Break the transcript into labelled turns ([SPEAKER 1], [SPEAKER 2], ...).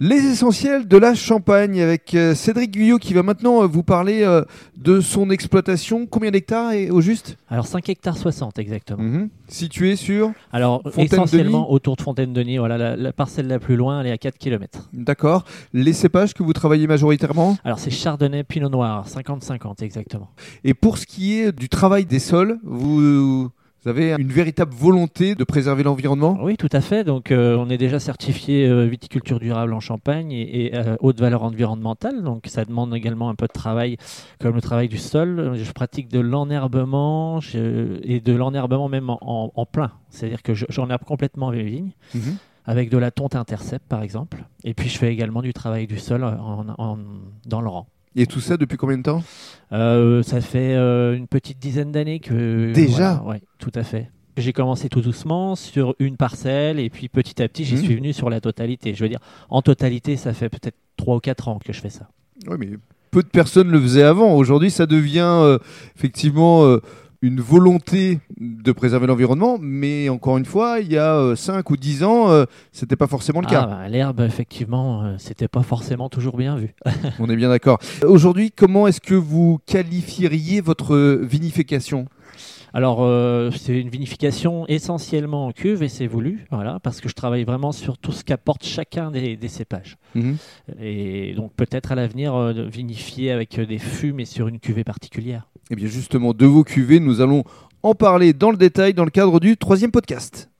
[SPEAKER 1] Les essentiels de la Champagne avec euh, Cédric Guyot qui va maintenant euh, vous parler euh, de son exploitation. Combien d'hectares et au juste
[SPEAKER 2] Alors 5 hectares 60 exactement.
[SPEAKER 1] Mhm. Situé sur
[SPEAKER 2] Alors
[SPEAKER 1] Fontaine-Denis
[SPEAKER 2] essentiellement autour de Fontaine-Denis, voilà la, la parcelle la plus loin, elle est à 4 km.
[SPEAKER 1] D'accord. Les cépages que vous travaillez majoritairement.
[SPEAKER 2] Alors c'est Chardonnay Pinot Noir, 50-50 exactement.
[SPEAKER 1] Et pour ce qui est du travail des sols, vous, vous avez une véritable volonté de préserver l'environnement.
[SPEAKER 2] Oui, tout à fait. Donc euh, on est déjà certifié euh, viticulture durable en Champagne et, et, euh, haute valeur environnementale. Donc ça demande également un peu de travail comme le travail du sol. Je pratique de l'enherbement je- et de l'enherbement même en, en- en plein. C'est-à-dire que je- j'enherbe complètement mes vignes. avec de la tonte intercept par exemple. Et puis je fais également du travail du sol en- en- dans le rang.
[SPEAKER 1] Et tout ça depuis combien de temps
[SPEAKER 2] Euh, ça fait euh, une petite dizaine d'années que...
[SPEAKER 1] Déjà
[SPEAKER 2] Oui, tout à fait. J'ai commencé tout doucement sur une parcelle et puis petit à petit j'y
[SPEAKER 1] Mhm.
[SPEAKER 2] suis venu sur la totalité. Je veux dire, en totalité, ça fait peut-être 3 ou 4 ans que je fais ça.
[SPEAKER 1] Oui, mais peu de personnes le faisaient avant. Aujourd'hui, ça devient euh, effectivement euh, une volonté de préserver l'environnement, mais encore une fois, il y a 5 ou 10 ans, euh, c'était pas forcément le
[SPEAKER 2] Ah,
[SPEAKER 1] cas.
[SPEAKER 2] bah, l'herbe, effectivement, euh, c'était pas forcément toujours bien vu.
[SPEAKER 1] On est bien d'accord. Aujourd'hui, comment est-ce que vous qualifieriez votre vinification
[SPEAKER 2] Alors, euh, c'est une vinification essentiellement en cuve et c'est voulu, voilà, parce que je travaille vraiment sur tout ce qu'apporte chacun des- des cépages. Et donc peut-être à l'avenir euh, de vinifier avec euh, des fûts mais sur une cuvée particulière.
[SPEAKER 1] Eh bien, justement, de vos cuvées, nous allons en parler dans le détail dans le cadre du troisième podcast.